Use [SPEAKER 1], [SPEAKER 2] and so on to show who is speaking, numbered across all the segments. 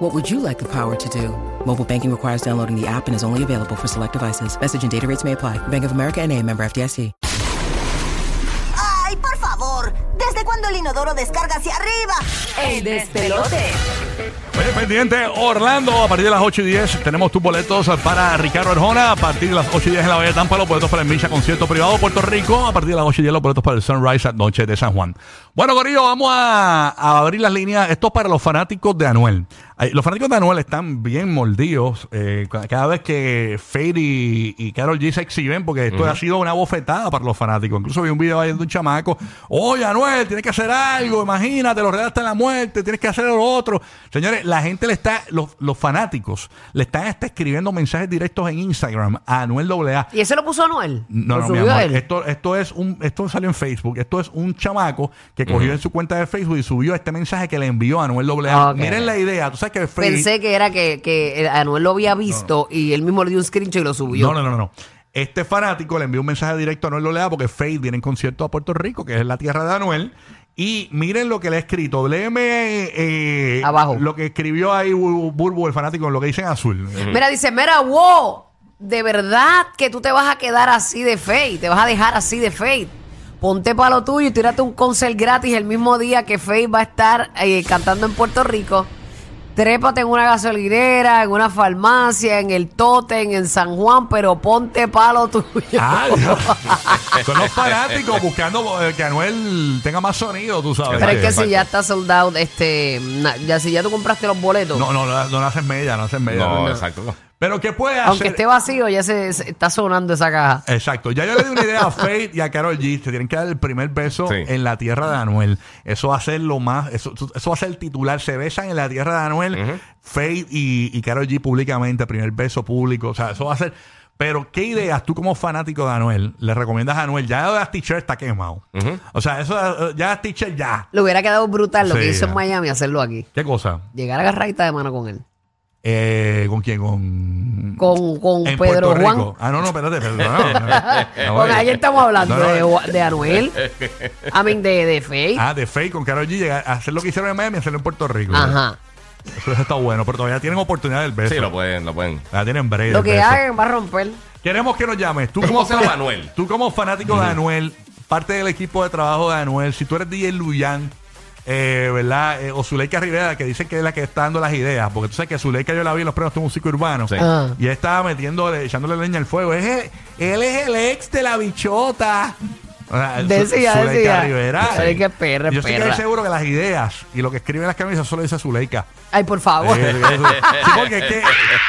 [SPEAKER 1] What would you like the power to do? Mobile banking requires downloading the app and is only available for select devices. Message and data rates may apply. Bank of America and a member FDIC.
[SPEAKER 2] ¡Ay, por favor! ¿Desde cuándo el inodoro descarga hacia arriba?
[SPEAKER 3] El despelote.
[SPEAKER 4] Oye, pendiente, Orlando, a partir de las 8 y 10 tenemos tus boletos para Ricardo Arjona. A partir de las 8 y 10 en la Bahía de Tampa, los boletos para el Misha Concierto Privado Puerto Rico. A partir de las 8 y 10 los boletos para el Sunrise at Noche de San Juan. Bueno, Corillo, vamos a, a abrir las líneas. Esto es para los fanáticos de Anuel. Ay, Los fanáticos de Anuel están bien mordidos eh, ca- cada vez que Fer y, y Carol G se exhiben, porque esto ha sido una bofetada para los fanáticos. Incluso vi un video ayer de un chamaco. Oye, Anuel, tienes que hacer algo. Imagínate, los reales hasta la muerte. Tienes que hacer lo otro. Señores, la gente le está, los, los fanáticos, le están hasta escribiendo mensajes directos en Instagram a Anuel AA.
[SPEAKER 3] ¿Y eso lo puso Noel?
[SPEAKER 4] No,
[SPEAKER 3] ¿Lo
[SPEAKER 4] no, mi
[SPEAKER 3] subió
[SPEAKER 4] amor.
[SPEAKER 3] él?
[SPEAKER 4] Esto, esto es un, esto salió en Facebook. Esto es un chamaco que cogió en su cuenta de Facebook y subió este mensaje que le envió a Anuel AA.
[SPEAKER 3] Ah, Ok.
[SPEAKER 4] Miren la idea. Tú sabes que Facebook.
[SPEAKER 3] Pensé que era que, que el- Anuel lo había visto y él mismo le dio un screenshot y lo subió.
[SPEAKER 4] No, no, no, no. Este fanático le envió un mensaje directo a Anuel Olea porque Faith viene en concierto a Puerto Rico, que es la tierra de Anuel. Y miren lo que le ha escrito. Léeme eh,
[SPEAKER 3] Abajo.
[SPEAKER 4] lo que escribió ahí Bu- Burbu, el fanático, lo que dice en azul.
[SPEAKER 3] Mira, dice, mira, wow, de verdad que tú te vas a quedar así de fake, te vas a dejar así de fake. Ponte para lo tuyo y tírate un concert gratis el mismo día que Faye va a estar eh, cantando en Puerto Rico. Trépate en una gasolinera, en una farmacia, en el Totem, en San Juan, pero ponte palo tuyo.
[SPEAKER 4] Ah, Dios. Son los fanáticos buscando eh, que Anuel tenga más sonido, tú sabes.
[SPEAKER 3] Pero es que
[SPEAKER 4] Eh,
[SPEAKER 3] si ya está sold out, este, na- ya si ya tú compraste los boletos,
[SPEAKER 4] No, no, no, no lo haces media, no haces media.
[SPEAKER 5] No, exacto.
[SPEAKER 4] Pero ¿qué puede hacer?
[SPEAKER 3] aunque esté vacío, ya se, se- está sonando esa caja.
[SPEAKER 4] Exacto. Ya yo le di una idea a Faith y a Carol G. Se tienen que dar el primer beso
[SPEAKER 5] Sí.
[SPEAKER 4] en la tierra de Anuel. Eso va a ser lo más. Eso, eso va a ser el titular. Se besan en la tierra de Anuel. Faith y, y Carol G públicamente. Primer beso público. O sea, eso va a ser. Pero, ¿qué ideas tú como fanático de Anuel le recomiendas a Anuel? Ya lo de las t está quemado. O sea, eso eh, ya las t ya.
[SPEAKER 3] Le hubiera quedado brutal lo
[SPEAKER 4] Sí,
[SPEAKER 3] que hizo
[SPEAKER 4] ya.
[SPEAKER 3] en Miami hacerlo aquí.
[SPEAKER 4] ¿Qué cosa?
[SPEAKER 3] Llegar a garraita de mano con él.
[SPEAKER 4] Eh, ¿Con quién? Con.
[SPEAKER 3] Con, con
[SPEAKER 4] en
[SPEAKER 3] Pedro
[SPEAKER 4] Puerto
[SPEAKER 3] Juan.
[SPEAKER 4] Rico. Ah, no, no, espérate, espérate. no, no, no. No,
[SPEAKER 3] Con
[SPEAKER 4] eh.
[SPEAKER 3] ayer estamos hablando
[SPEAKER 4] No, no,
[SPEAKER 3] de, Ju- de Anuel. A mí de, de Faye.
[SPEAKER 4] Ah, de Faye con Karol G llegar a hacer lo que hicieron en Miami hacerlo en Puerto Rico.
[SPEAKER 3] Ajá.
[SPEAKER 4] Eso está bueno, pero todavía tienen oportunidad del beso.
[SPEAKER 5] Sí, lo pueden, lo pueden.
[SPEAKER 4] La tienen breve.
[SPEAKER 3] Lo que hagan va a romper.
[SPEAKER 4] Queremos que nos llames. Tú como
[SPEAKER 5] Pues, ¿Cómo se llama Anuel?
[SPEAKER 4] Tú como fanático de Anuel, parte del equipo de trabajo de Anuel, si tú eres DJ Luyan, eh, ¿verdad? Eh, o Zuleika Rivera, que dice que es la que está dando las ideas, porque tú sabes que Zuleika yo la vi en los premios de música urbano,
[SPEAKER 5] Sí.
[SPEAKER 3] Ah.
[SPEAKER 4] y ella estaba metiéndole, echándole leña al fuego. Es el- él es el ex de la bichota. O sea,
[SPEAKER 3] Decía,
[SPEAKER 4] Zuleika
[SPEAKER 3] decía.
[SPEAKER 4] Rivera.
[SPEAKER 3] Zuleika es perra, es
[SPEAKER 4] Yo estoy
[SPEAKER 3] perra.
[SPEAKER 4] casi seguro que las ideas y lo que escriben las camisas solo dice Zuleika.
[SPEAKER 3] Ay, por
[SPEAKER 4] Sí,
[SPEAKER 3] favor.
[SPEAKER 4] sí, porque es que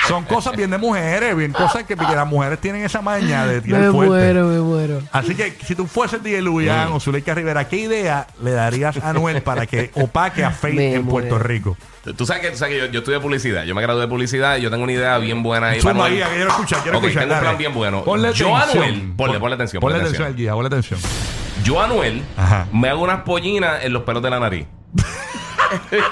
[SPEAKER 4] son cosas bien de mujeres, bien cosas que, que las mujeres tienen esa maña de tirar
[SPEAKER 3] me
[SPEAKER 4] fuerte.
[SPEAKER 3] muero, me muero.
[SPEAKER 4] Así que si tú fueses DJ Luyan o Zuleika Rivera, ¿qué idea le darías a Anuel para que opaque a Faith
[SPEAKER 3] Me
[SPEAKER 4] en Puerto
[SPEAKER 3] muero.
[SPEAKER 4] Rico?
[SPEAKER 5] Tú- Tú sabes que, tú sabes que yo, yo estudié publicidad. Yo me gradué de publicidad y yo tengo una idea bien buena ahí.
[SPEAKER 4] Zumba,
[SPEAKER 5] Manuel.
[SPEAKER 4] guía, que quiero escuchar, quiero
[SPEAKER 5] Ok,
[SPEAKER 4] escuchar,
[SPEAKER 5] tengo un
[SPEAKER 4] dale.
[SPEAKER 5] plan bien bueno.
[SPEAKER 4] Ponle
[SPEAKER 5] yo
[SPEAKER 4] atención.
[SPEAKER 5] Anuel, ponle, ponle atención.
[SPEAKER 4] Ponle atención al guía, ponle atención.
[SPEAKER 5] Yo Anuel,
[SPEAKER 4] Ajá.
[SPEAKER 5] me hago unas pollinas en los pelos de la nariz.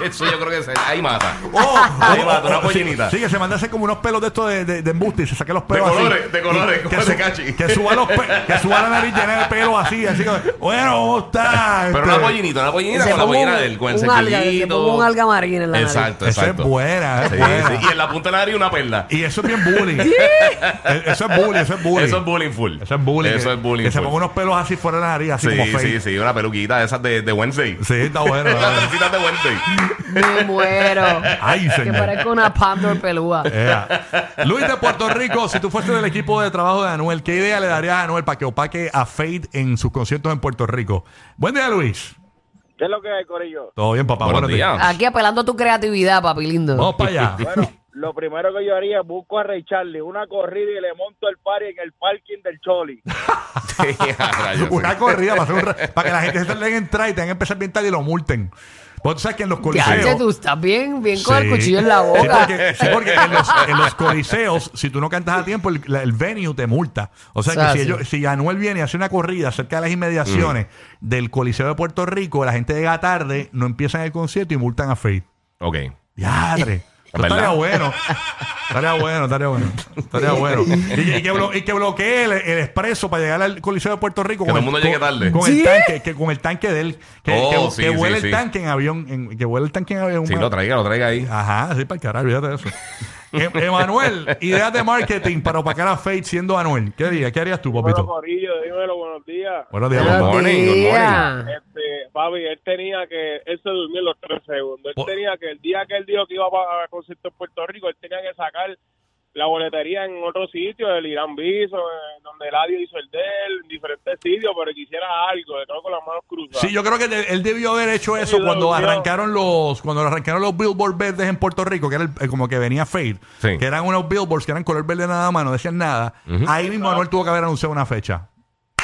[SPEAKER 5] Eso yo creo que se- ahí mata. ahí mata, una pollinita.
[SPEAKER 4] Oh, Sí, que se mandase como unos pelos de estos de, de, de embuste y se saque los pelos así.
[SPEAKER 5] colores, de colores,
[SPEAKER 4] Y
[SPEAKER 5] como de
[SPEAKER 4] su-
[SPEAKER 5] cachi.
[SPEAKER 4] Que suba, los pe- que suba la nariz llena de pelo así, así que, bueno, ¿cómo está?
[SPEAKER 5] Pero
[SPEAKER 4] Este,
[SPEAKER 5] una pollinita, una pollinita
[SPEAKER 3] Se
[SPEAKER 5] con la
[SPEAKER 3] pongo
[SPEAKER 5] pollina
[SPEAKER 3] un-
[SPEAKER 5] del con el
[SPEAKER 3] un alga, se
[SPEAKER 5] cepillito.
[SPEAKER 3] pongo un alga marina en la nariz.
[SPEAKER 5] Exacto,
[SPEAKER 4] Esa es
[SPEAKER 5] exacto.
[SPEAKER 4] buena, es
[SPEAKER 5] Sí,
[SPEAKER 4] buena.
[SPEAKER 5] sí, Y en la punta de la nariz una perla.
[SPEAKER 4] Y eso es bien bullying. E- eso es bullying, eso es bullying.
[SPEAKER 5] Eso es bullying full.
[SPEAKER 4] Eso es bullying.
[SPEAKER 5] Eso
[SPEAKER 4] Que-
[SPEAKER 5] es bullying
[SPEAKER 4] Que se
[SPEAKER 5] full.
[SPEAKER 4] pongan unos pelos así fuera de la nariz, así como
[SPEAKER 5] Sí,
[SPEAKER 4] fake.
[SPEAKER 5] sí, sí, una peluquita de esas de, de Wednesday.
[SPEAKER 4] Sí, está bueno.
[SPEAKER 5] Las
[SPEAKER 4] ¿verdad?
[SPEAKER 5] peluquitas de Wednesday.
[SPEAKER 3] Me muero.
[SPEAKER 4] Ay,
[SPEAKER 3] que
[SPEAKER 4] señor.
[SPEAKER 3] parezco una Pandor pelúa.
[SPEAKER 4] Ea. Luis de Puerto Rico, si tú fueses del equipo de trabajo de Anuel, ¿qué idea le darías a Anuel para que opaque a Fade en sus conciertos en Puerto Rico? Buen día, Luis.
[SPEAKER 6] ¿Qué es lo que hay, Corillo?
[SPEAKER 4] Todo bien, papá.
[SPEAKER 5] Buenos días.
[SPEAKER 3] Aquí apelando a tu creatividad, papi lindo.
[SPEAKER 4] Vamos para allá.
[SPEAKER 6] Bueno, lo primero que yo haría, busco a Ray Charlie, una corrida y le monto el party en el parking del Choli.
[SPEAKER 5] Sí, a rayos, sí.
[SPEAKER 4] Una corrida para, hacer un ra- para que la gente se le entrar y tengan que empezar bien tarde y lo multen. Pues tú sabes que en los
[SPEAKER 3] Diantre, tú
[SPEAKER 4] coliseos.
[SPEAKER 3] estás bien, bien con el
[SPEAKER 4] Sí.
[SPEAKER 3] cuchillo en la
[SPEAKER 4] Sí,
[SPEAKER 3] boca.
[SPEAKER 4] porque, sí, porque en, los, en los coliseos, si tú no cantas a tiempo, el, la- el venue te multa. O sea,
[SPEAKER 3] O sea,
[SPEAKER 4] que si,
[SPEAKER 3] sí.
[SPEAKER 4] ellos- si Anuel viene y hace una corrida cerca de las inmediaciones
[SPEAKER 5] Mm.
[SPEAKER 4] del Coliseo de Puerto Rico, la gente llega tarde, no empiezan el concierto y multan a Faith.
[SPEAKER 5] Ok.
[SPEAKER 4] Yadre. Esto
[SPEAKER 5] ¿Verdad?
[SPEAKER 4] Estaría bueno. Estaría bueno, estaría bueno. Estaría bueno. Y, y que, blo- y que bloquee el, el expreso para llegar al Coliseo de Puerto Rico.
[SPEAKER 5] Que todo el mundo llegue
[SPEAKER 4] con-
[SPEAKER 5] tarde.
[SPEAKER 4] Con el tanque, que con el tanque de él. Que,
[SPEAKER 5] Oh,
[SPEAKER 4] que-
[SPEAKER 5] sí,
[SPEAKER 4] que huele
[SPEAKER 5] sí,
[SPEAKER 4] el
[SPEAKER 5] sí.
[SPEAKER 4] tanque en avión. en- que huele el tanque en avión.
[SPEAKER 5] Sí,
[SPEAKER 4] Ma-
[SPEAKER 5] lo traiga, lo traiga ahí.
[SPEAKER 4] Ajá, sí, para carajo, olvídate de eso. E- Emanuel, ideas de marketing para opacar a Fate siendo Anuel. ¿Qué harías, ¿Qué harías tú,
[SPEAKER 6] Bueno, pues,
[SPEAKER 4] papito?
[SPEAKER 6] Corillo, dímelo, buenos días.
[SPEAKER 4] Buenos días,
[SPEAKER 3] Buenos
[SPEAKER 4] papá.
[SPEAKER 5] morning, good
[SPEAKER 3] días.
[SPEAKER 6] Este, papi, él tenía que, él se durmió en los tres segundos. Él
[SPEAKER 4] Por-
[SPEAKER 6] tenía que, el día que él dijo que iba a, a concierto en Puerto Rico, él tenía que sacar la boletería en otro sitio, el Irán Biso, eh, donde el Eladio hizo el de él, en diferentes sitios, pero quisiera algo, de todo con las manos cruzadas.
[SPEAKER 4] Sí, yo creo que de- él debió haber hecho eso
[SPEAKER 6] Sí,
[SPEAKER 4] cuando
[SPEAKER 6] lo debió.
[SPEAKER 4] arrancaron los cuando arrancaron los billboard verdes en Puerto Rico, que era el- eh, como que venía Fade,
[SPEAKER 5] Sí.
[SPEAKER 4] que eran unos billboards que eran color verde nada más, no decían nada. Ahí mismo Manuel tuvo que haber anunciado una fecha.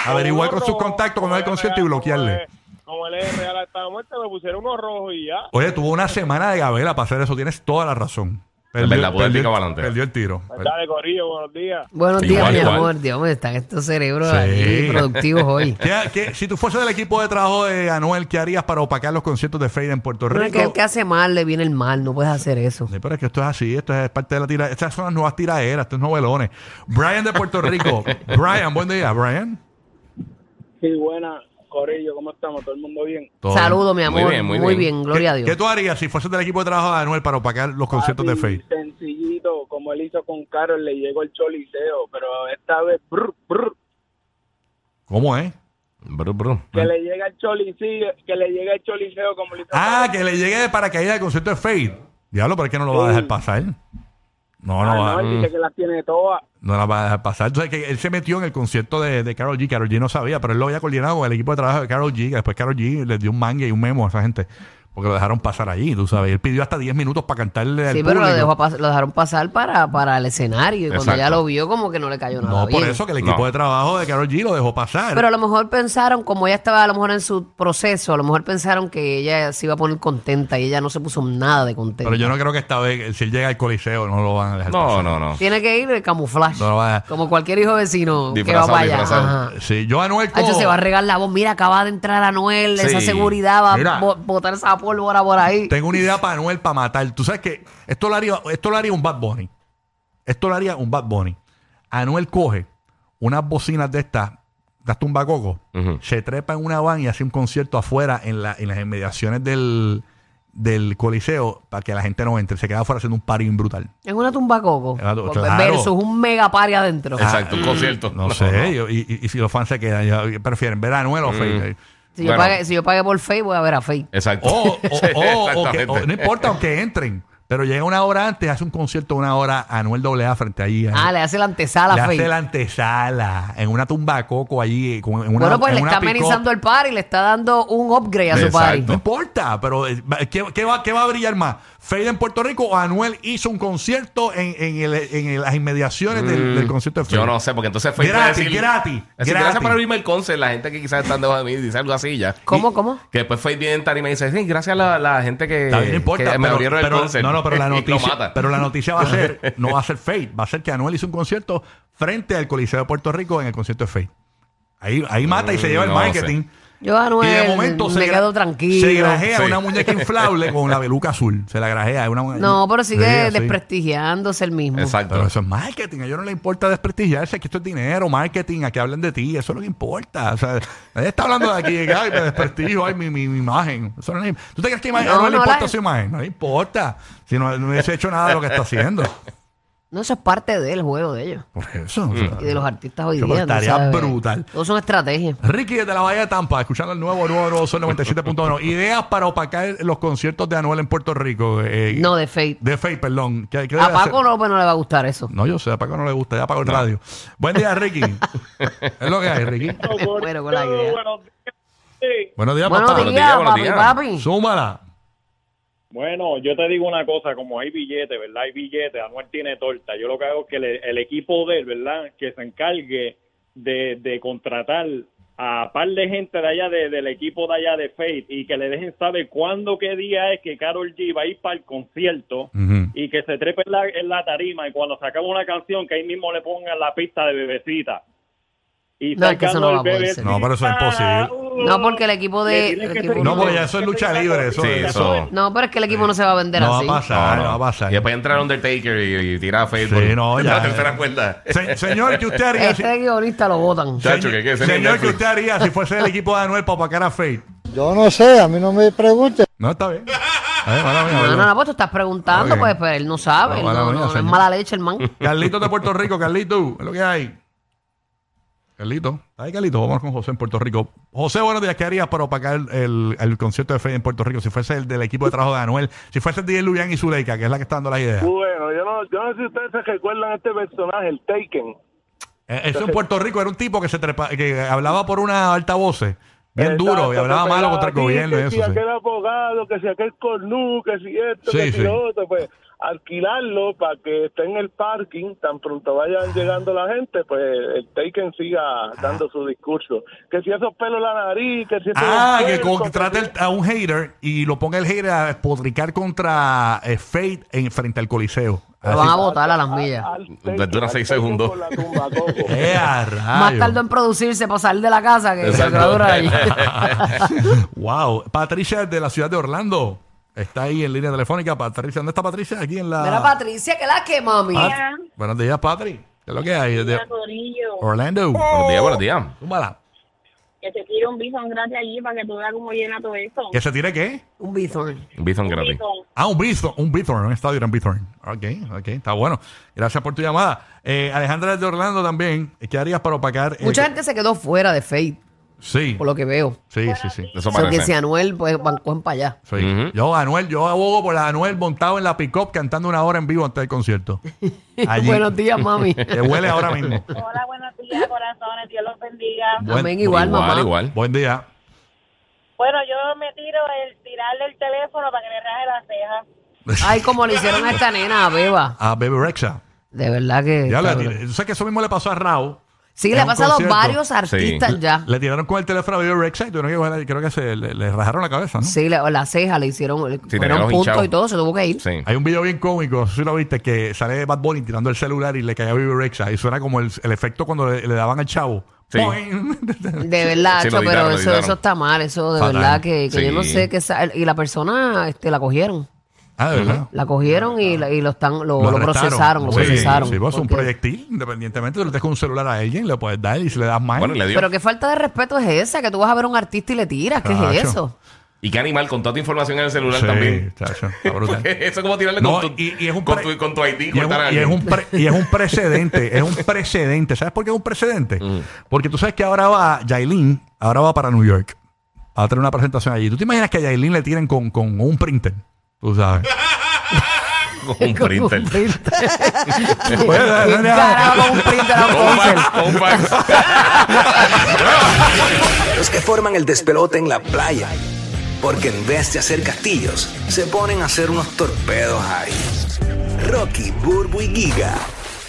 [SPEAKER 4] Averiguar con sus contactos cuando era
[SPEAKER 6] con el
[SPEAKER 4] el concierto y
[SPEAKER 6] pues,
[SPEAKER 4] bloquearle.
[SPEAKER 6] Como él es real hasta muerto, le pusieron unos rojos y ya.
[SPEAKER 4] Oye, tuvo una semana de gabela para hacer eso, tienes toda la razón.
[SPEAKER 5] verdad, pudo haber
[SPEAKER 4] perdió-
[SPEAKER 5] picado pa'lante.
[SPEAKER 4] perdió el tiro.
[SPEAKER 6] Dale, Corillo, buenos días.
[SPEAKER 3] Buenos días,
[SPEAKER 5] Igual,
[SPEAKER 3] mi
[SPEAKER 5] igual.
[SPEAKER 3] amor. Dios mío, están estos cerebros
[SPEAKER 4] Sí.
[SPEAKER 3] ahí productivos hoy.
[SPEAKER 4] ¿Qué- qué- si tú fueses del equipo de trabajo de Anuel, ¿qué harías para opacar los conciertos de Fade en Puerto
[SPEAKER 3] Uno
[SPEAKER 4] Rico?
[SPEAKER 3] que, que hace mal, le viene el mal, no puedes hacer eso.
[SPEAKER 4] Sí, pero es que esto es así, esto es parte de la tira. Estas son las nuevas tiraderas, estos novelones. Brian de Puerto Rico. Brian, buen día, Brian.
[SPEAKER 6] Sí, buena, Corillo, ¿cómo estamos? ¿Todo el mundo bien?
[SPEAKER 3] Saludo, mi amor.
[SPEAKER 5] Muy bien, muy bien.
[SPEAKER 3] gloria a
[SPEAKER 4] ¿Qué,
[SPEAKER 3] Dios.
[SPEAKER 4] ¿Qué tú harías si fueses del equipo de trabajo de Anuel para opacar los conciertos de
[SPEAKER 6] Papi,
[SPEAKER 4] Faith?
[SPEAKER 6] Sencillito, como él hizo con Carol, le llegó el choliseo, pero esta vez brr, brr,
[SPEAKER 4] ¿Cómo es?
[SPEAKER 5] Bru, bru.
[SPEAKER 6] que le llega el choliseo, que le llega el choliseo como le hizo
[SPEAKER 4] Ah,
[SPEAKER 6] Karol.
[SPEAKER 4] que le llegue de paracaídas el concierto de Faith. Diablo, pero es que no lo va a dejar pasar. No, no,
[SPEAKER 6] Ah,
[SPEAKER 4] va,
[SPEAKER 6] no, él dice que las tiene todas.
[SPEAKER 4] no la va a dejar pasar. Entonces, que él se metió en el concierto de, de Carol G. Carol G no sabía, pero él lo había coordinado con el equipo de trabajo de Carol G. que después Carol G les dio un manga y un memo a esa gente. Porque lo dejaron pasar allí, tú sabes. Él pidió hasta 10 minutos para cantarle al
[SPEAKER 3] Sí, pero lo,
[SPEAKER 4] público.
[SPEAKER 3] dejó pas- lo dejaron pasar para, para el escenario y cuando
[SPEAKER 5] Exacto.
[SPEAKER 3] ya lo vio como que no le cayó nada
[SPEAKER 4] No, por
[SPEAKER 3] bien.
[SPEAKER 4] eso que el equipo
[SPEAKER 5] No.
[SPEAKER 4] de trabajo de Carol G lo dejó pasar.
[SPEAKER 3] Pero a lo mejor pensaron, como ella estaba a lo mejor en su proceso, a lo mejor pensaron que ella se iba a poner contenta y ella no se puso nada de contenta.
[SPEAKER 4] Pero yo no creo que esta vez, si él llega al coliseo, no lo van a dejar
[SPEAKER 5] No,
[SPEAKER 4] pasar.
[SPEAKER 5] no, no.
[SPEAKER 3] Tiene que ir de camuflaje.
[SPEAKER 4] No lo va a dejar.
[SPEAKER 3] Como cualquier hijo vecino que
[SPEAKER 5] Disfrazado,
[SPEAKER 3] va para allá.
[SPEAKER 5] disfrazado.
[SPEAKER 3] Ajá.
[SPEAKER 4] Sí, yo Anuel
[SPEAKER 3] Hacho,
[SPEAKER 4] Cobo-
[SPEAKER 3] Ah. se va a regar la voz. Mira, acaba de entrar Anuel. Esa
[SPEAKER 5] Sí.
[SPEAKER 3] seguridad va
[SPEAKER 4] Mira.
[SPEAKER 3] a bo- botar esa pólvora por ahí.
[SPEAKER 4] Tengo una idea para Anuel para matar. Tú sabes que esto lo haría, esto lo haría un Bad Bunny. Esto lo haría un Bad Bunny. Anuel coge unas bocinas de estas, de estas tumbacocos,
[SPEAKER 5] Ujú.
[SPEAKER 4] se trepa en una van y hace un concierto afuera en, la, en las inmediaciones del, del coliseo para que la gente no entre. Se queda afuera haciendo un parín brutal.
[SPEAKER 3] Es una tumba coco.
[SPEAKER 4] Ah,
[SPEAKER 3] Pues,
[SPEAKER 4] Claro.
[SPEAKER 3] Versus un mega party adentro.
[SPEAKER 5] Exacto, un concierto.
[SPEAKER 4] Ah, No, Mm. sé, yo- y, y- y si los fans se quedan, yo- yo prefieren ver a Anuel o Faith.
[SPEAKER 3] Si, yo
[SPEAKER 5] Bueno.
[SPEAKER 3] pague, si yo pague por Face, voy a ver a Face.
[SPEAKER 5] Exacto.
[SPEAKER 4] O, o-
[SPEAKER 5] Sí,
[SPEAKER 4] o- o que-
[SPEAKER 5] exactamente.
[SPEAKER 4] o oh, no importa, aunque entren. Pero llega una hora antes, hace un concierto una hora a Anuel AA frente ahí.
[SPEAKER 3] Ah, le hace la antesala
[SPEAKER 4] Le
[SPEAKER 3] a
[SPEAKER 4] hace
[SPEAKER 3] Face.
[SPEAKER 4] la antesala en una tumba de coco allí. eh, con- en una-
[SPEAKER 3] Bueno, pues
[SPEAKER 4] en
[SPEAKER 3] le
[SPEAKER 4] una
[SPEAKER 3] está
[SPEAKER 4] pick-up.
[SPEAKER 3] amenizando el party, le está dando un upgrade a su
[SPEAKER 5] Exacto.
[SPEAKER 3] party.
[SPEAKER 4] No importa, pero eh, va- ¿qué, qué va, qué va a brillar más? ¿Fade en Puerto Rico o Anuel hizo un concierto en, en el- en el- las inmediaciones del, del concierto de Fade?
[SPEAKER 5] Mm, Yo no sé, porque entonces Facebook
[SPEAKER 4] Gratis,
[SPEAKER 5] va a decir-
[SPEAKER 4] gratis,
[SPEAKER 5] Es decir,
[SPEAKER 4] gratis.
[SPEAKER 5] gracias por abrirme el concert. La gente que quizás están debajo de mí dice algo así ya.
[SPEAKER 3] ¿Cómo,
[SPEAKER 5] Y-
[SPEAKER 3] cómo?
[SPEAKER 5] Que después Facebook viene en tarima y dice, sí, gracias a la, la gente que,
[SPEAKER 4] Está bien, no importa.
[SPEAKER 5] eh, que me abrieron el concert.
[SPEAKER 4] No, no, pero la
[SPEAKER 5] Y lo
[SPEAKER 4] noticia,
[SPEAKER 5] mata.
[SPEAKER 4] pero la noticia va a ser, no va a ser Fate, va a ser que Anuel hizo un concierto frente al Coliseo de Puerto Rico en el concierto de Fate. Ahí, ahí mata y se lleva el
[SPEAKER 5] no sé.
[SPEAKER 4] marketing.
[SPEAKER 3] Yo a Anuel
[SPEAKER 4] y de momento se
[SPEAKER 3] me
[SPEAKER 4] gra-
[SPEAKER 3] quedo tranquilo.
[SPEAKER 4] Se grajea
[SPEAKER 5] Sí.
[SPEAKER 4] una muñeca inflable con la peluca azul. Se la grajea. es Una mu-
[SPEAKER 3] No, pero sigue
[SPEAKER 4] Sí, sí.
[SPEAKER 3] desprestigiándose el mismo.
[SPEAKER 5] Exacto.
[SPEAKER 4] Pero eso es marketing. A ellos no les importa desprestigiarse. Aquí esto es dinero, marketing. Aquí hablan de ti. Eso es lo que importa. O sea, nadie está hablando de aquí. Ay, me desprestigio. Ay, mi, mi, mi imagen. Eso no le- ¿Tú te crees que imagen-
[SPEAKER 3] No,
[SPEAKER 4] a Anuel le
[SPEAKER 3] no,
[SPEAKER 4] importa
[SPEAKER 3] la-
[SPEAKER 4] su imagen? No le importa. Si no, no hubiese hecho nada de lo que está haciendo.
[SPEAKER 3] No, eso es parte del juego de ellos.
[SPEAKER 4] Por eso. o sea,
[SPEAKER 3] Y de los artistas hoy
[SPEAKER 4] Yo, pero
[SPEAKER 3] día. tú
[SPEAKER 4] estaría
[SPEAKER 3] sabes.
[SPEAKER 4] brutal.
[SPEAKER 3] Todo son estrategias.
[SPEAKER 4] Ricky desde la Bahía de Tampa, escuchando el nuevo, nuevo, nuevo Sol 97.1. Ideas para opacar los conciertos de Anuel en Puerto Rico. eh,
[SPEAKER 3] No, de Fate.
[SPEAKER 4] De Faith, perdón. ¿Qué- qué
[SPEAKER 3] A
[SPEAKER 4] debe hacer?
[SPEAKER 3] Paco López no le va a gustar eso.
[SPEAKER 4] No, yo sé, a Paco no le gusta, ya apagó el radio. Buen día, Ricky. es lo que hay, Ricky.
[SPEAKER 3] Bueno, con la idea.
[SPEAKER 6] Buenos días. Sí.
[SPEAKER 4] Buenos días,
[SPEAKER 3] Buenos
[SPEAKER 4] papá.
[SPEAKER 5] Buenos
[SPEAKER 3] días,
[SPEAKER 5] días, buenos
[SPEAKER 3] papi,
[SPEAKER 5] días.
[SPEAKER 3] papi.
[SPEAKER 4] Súmala.
[SPEAKER 6] Bueno, yo te digo una cosa, como hay billete, ¿verdad? Hay billete, Anuel tiene torta. Yo lo que hago es que le- el equipo de él, ¿verdad? Que se encargue de, de contratar a par de gente de allá de- del equipo de allá de Faith y que le dejen saber cuándo, qué día es que Carol G va a ir para el concierto
[SPEAKER 4] Ujú.
[SPEAKER 6] y que se trepe en la, en la tarima y cuando se acabe una canción que ahí mismo le pongan la pista de bebecita. Y
[SPEAKER 3] No, es que eso no
[SPEAKER 6] sacando
[SPEAKER 3] va a
[SPEAKER 6] el
[SPEAKER 3] poder ser.
[SPEAKER 4] No, pero eso es imposible.
[SPEAKER 6] Bebecita,
[SPEAKER 3] No, porque el equipo
[SPEAKER 6] le
[SPEAKER 3] de.
[SPEAKER 6] tienes
[SPEAKER 3] el
[SPEAKER 6] que
[SPEAKER 3] equipo
[SPEAKER 6] ser-
[SPEAKER 4] No, porque ya eso es lucha libre. Eso,
[SPEAKER 5] Sí,
[SPEAKER 4] es-
[SPEAKER 5] eso.
[SPEAKER 3] No, pero es que el equipo no se va a vender
[SPEAKER 4] No va a
[SPEAKER 3] así.
[SPEAKER 4] pasar, no, va a pasar.
[SPEAKER 5] Y después entra Undertaker y, y tira a Facebook.
[SPEAKER 4] Sí, no, ya.
[SPEAKER 5] La tercera cuerda.
[SPEAKER 4] Se- señor, ¿qué usted haría? si-
[SPEAKER 3] Este guionista lo votan.
[SPEAKER 5] Chacho, que qué,
[SPEAKER 4] señor, ¿qué usted haría si fuese el equipo de Anuel para opacar a Faith?
[SPEAKER 7] Yo no sé, a mí no me pregunte.
[SPEAKER 4] No, está bien. A ver, mala mía,
[SPEAKER 3] No, no,
[SPEAKER 4] perdón.
[SPEAKER 3] no, pues tú estás preguntando,
[SPEAKER 4] Ok.
[SPEAKER 3] pues, pero él no sabe.
[SPEAKER 4] No,
[SPEAKER 3] él
[SPEAKER 4] mala
[SPEAKER 3] no,
[SPEAKER 4] mía,
[SPEAKER 3] no, no es
[SPEAKER 4] señor.
[SPEAKER 3] mala leche el man.
[SPEAKER 4] Carlitos de Puerto Rico, Carlito, es lo que hay. Carlito, ¿está ahí Carlito? Vamos con José en Puerto Rico. José, buenos días, ¿qué harías para opacar el, el, el concierto de Fede en Puerto Rico? Si fuese el del equipo de trabajo de Anuel, si fuese el DJ Luyan y Zuleika, que es la que está dando las ideas.
[SPEAKER 8] Bueno, yo no, yo no sé si ustedes se recuerdan a este personaje, el Taken.
[SPEAKER 4] Eh, Eso en Puerto Rico era un tipo que se trepa- que hablaba por una altavoces, bien duro, y
[SPEAKER 8] Exacto,
[SPEAKER 4] hablaba
[SPEAKER 8] que
[SPEAKER 4] malo
[SPEAKER 8] pegaba
[SPEAKER 4] contra
[SPEAKER 8] a
[SPEAKER 4] el
[SPEAKER 8] ti,
[SPEAKER 4] gobierno
[SPEAKER 8] Que
[SPEAKER 4] y eso.
[SPEAKER 8] si
[SPEAKER 4] sí.
[SPEAKER 8] aquel abogado, que si aquel cornu, que si esto,
[SPEAKER 4] Sí,
[SPEAKER 8] que si
[SPEAKER 4] sí.
[SPEAKER 8] lo otro, pues alquilarlo para que esté en el parking, tan pronto vayan llegando la gente, pues el Taken siga dando su discurso. Que si esos pelos en la nariz, que si... esto
[SPEAKER 4] Ah,
[SPEAKER 8] es
[SPEAKER 4] que
[SPEAKER 8] puerco,
[SPEAKER 4] contrate
[SPEAKER 8] que
[SPEAKER 4] el- a un hater y lo ponga el hater a espotricar contra eh, Fate en frente al Coliseo.
[SPEAKER 3] Lo van a votar a las millas.
[SPEAKER 8] al
[SPEAKER 5] Dura
[SPEAKER 8] Taken,
[SPEAKER 5] seis
[SPEAKER 8] al Taken
[SPEAKER 5] segundos.
[SPEAKER 8] con la tumba, coco.
[SPEAKER 4] ¡Eh, a
[SPEAKER 3] Más
[SPEAKER 4] rayos!
[SPEAKER 3] tardó en producirse para salir de la casa que se
[SPEAKER 5] Exacto.
[SPEAKER 3] dura ahí.
[SPEAKER 4] wow. Patricia de la ciudad de Orlando está ahí en línea telefónica. Patricia, ¿dónde está Patricia? Aquí en la.
[SPEAKER 3] Mira, Patricia, que la que, mami.
[SPEAKER 4] Pat- Buenos días, Patri. ¿Qué es lo que hay? Desde
[SPEAKER 9] Corillo,
[SPEAKER 4] Orlando.
[SPEAKER 5] Buenos días,
[SPEAKER 3] Oh.
[SPEAKER 5] buenos días.
[SPEAKER 4] Túmbala.
[SPEAKER 9] que te tire un bison grande allí para que tú veas cómo llena todo eso.
[SPEAKER 4] ¿Que se tire qué?
[SPEAKER 3] Un bison.
[SPEAKER 5] Bison gratis.
[SPEAKER 4] Ah, un Bithorn, un Bithorn, un estadio en Bithorn. Ok, ok, está bueno. Gracias por tu llamada. Eh, Alejandra de Orlando también. ¿Qué harías para opacar? eh,
[SPEAKER 3] Mucha gente se quedó fuera de Fate,
[SPEAKER 4] Sí,
[SPEAKER 3] por lo que veo.
[SPEAKER 4] sí, sí, sí.
[SPEAKER 5] Eso
[SPEAKER 3] O sea, que
[SPEAKER 5] parece.
[SPEAKER 3] si Anuel, pues, van van para allá.
[SPEAKER 4] Sí.
[SPEAKER 5] Ujú.
[SPEAKER 4] Yo, Anuel, yo abogo por la Anuel montado en la pick-up cantando una hora en vivo antes del concierto. Allí.
[SPEAKER 3] Buenos días, mami.
[SPEAKER 4] Te huele ahora mismo.
[SPEAKER 9] Hola, buenos días, corazones. Dios los bendiga.
[SPEAKER 4] Buen-
[SPEAKER 3] Amén, igual, mamá.
[SPEAKER 5] igual.
[SPEAKER 4] Buen día.
[SPEAKER 9] Bueno, yo me tiro el tirarle el teléfono para que le raje la ceja.
[SPEAKER 3] Ay, como le hicieron a esta nena, a Beba.
[SPEAKER 4] A Bebe Rexha.
[SPEAKER 3] De verdad que.
[SPEAKER 4] Ya le-
[SPEAKER 3] cabrón.
[SPEAKER 4] yo sé que eso mismo le pasó a Rao.
[SPEAKER 3] sí,
[SPEAKER 4] en
[SPEAKER 3] le ha
[SPEAKER 4] un
[SPEAKER 3] pasado a
[SPEAKER 4] concierto.
[SPEAKER 3] varios artistas
[SPEAKER 5] Sí.
[SPEAKER 3] ya.
[SPEAKER 4] Le tiraron con el teléfono a Bebe Rexha y tuvieron que cogerla- creo que se, le, le rajaron la cabeza, ¿no?
[SPEAKER 3] Sí, la, la ceja le hicieron. le
[SPEAKER 5] ¿Mm? tenía
[SPEAKER 3] fueron
[SPEAKER 5] los
[SPEAKER 3] puntos
[SPEAKER 5] hinchados.
[SPEAKER 3] y todo, se tuvo que ir.
[SPEAKER 5] Sí.
[SPEAKER 4] Hay un video bien cómico, no sé si lo viste, que sale Bad Bunny tirando el celular y le cae a Bebe Rexha y suena como el, el efecto cuando le, le daban al chavo.
[SPEAKER 5] Sí.
[SPEAKER 4] Boing.
[SPEAKER 3] De verdad,
[SPEAKER 5] Sí,
[SPEAKER 3] cho,
[SPEAKER 5] lo editaron,
[SPEAKER 3] pero
[SPEAKER 5] lo
[SPEAKER 3] eso,
[SPEAKER 5] editaron.
[SPEAKER 3] eso está mal, eso de
[SPEAKER 4] Fatal.
[SPEAKER 3] verdad que, que yo no
[SPEAKER 5] Sí.
[SPEAKER 3] sé qué sa- y la persona este la cogieron,
[SPEAKER 4] ah, de verdad.
[SPEAKER 3] la cogieron y, la- y lo están lo,
[SPEAKER 4] Lo
[SPEAKER 3] lo
[SPEAKER 4] arrestaron.
[SPEAKER 3] procesaron, lo
[SPEAKER 4] Sí,
[SPEAKER 3] procesaron.
[SPEAKER 4] Sí, vos es un
[SPEAKER 3] porque-
[SPEAKER 4] proyectil, independientemente, tú le dejas un celular a alguien, le puedes dar y si le das más.
[SPEAKER 5] Bueno, y le dio.
[SPEAKER 3] Pero qué falta de respeto es esa, que tú vas a ver a un artista y le tiras, ¿qué es
[SPEAKER 4] Chacho.
[SPEAKER 3] eso?
[SPEAKER 5] Y qué animal, con toda tu información en el celular
[SPEAKER 4] Sí,
[SPEAKER 5] también.
[SPEAKER 4] chacho, está brutal.
[SPEAKER 5] Eso es como tirarle
[SPEAKER 4] No,
[SPEAKER 5] con, tu,
[SPEAKER 4] y- y es un
[SPEAKER 5] con,
[SPEAKER 4] pre-
[SPEAKER 5] tu, con tu ID.
[SPEAKER 4] Y es, un,
[SPEAKER 5] cortar a
[SPEAKER 4] y es
[SPEAKER 5] alguien.
[SPEAKER 4] un pre- y es un precedente, es un precedente. ¿Sabes por qué es un precedente? Porque tú sabes que ahora va Yailin, ahora va para New York. Va a tener una presentación allí. ¿Tú te imaginas que a Yailin le tiren con, con un printer? Tú sabes.
[SPEAKER 5] Con un printer.
[SPEAKER 3] Con un printer.
[SPEAKER 4] Pues,
[SPEAKER 3] ¿Quién carajo con un printer a un
[SPEAKER 5] Con un
[SPEAKER 3] concert?
[SPEAKER 5] fax, con un fax.
[SPEAKER 10] Los que forman el despelote en la playa. Porque en vez de hacer castillos, se ponen a hacer unos torpedos ahí. Rocky, Burbu y Giga,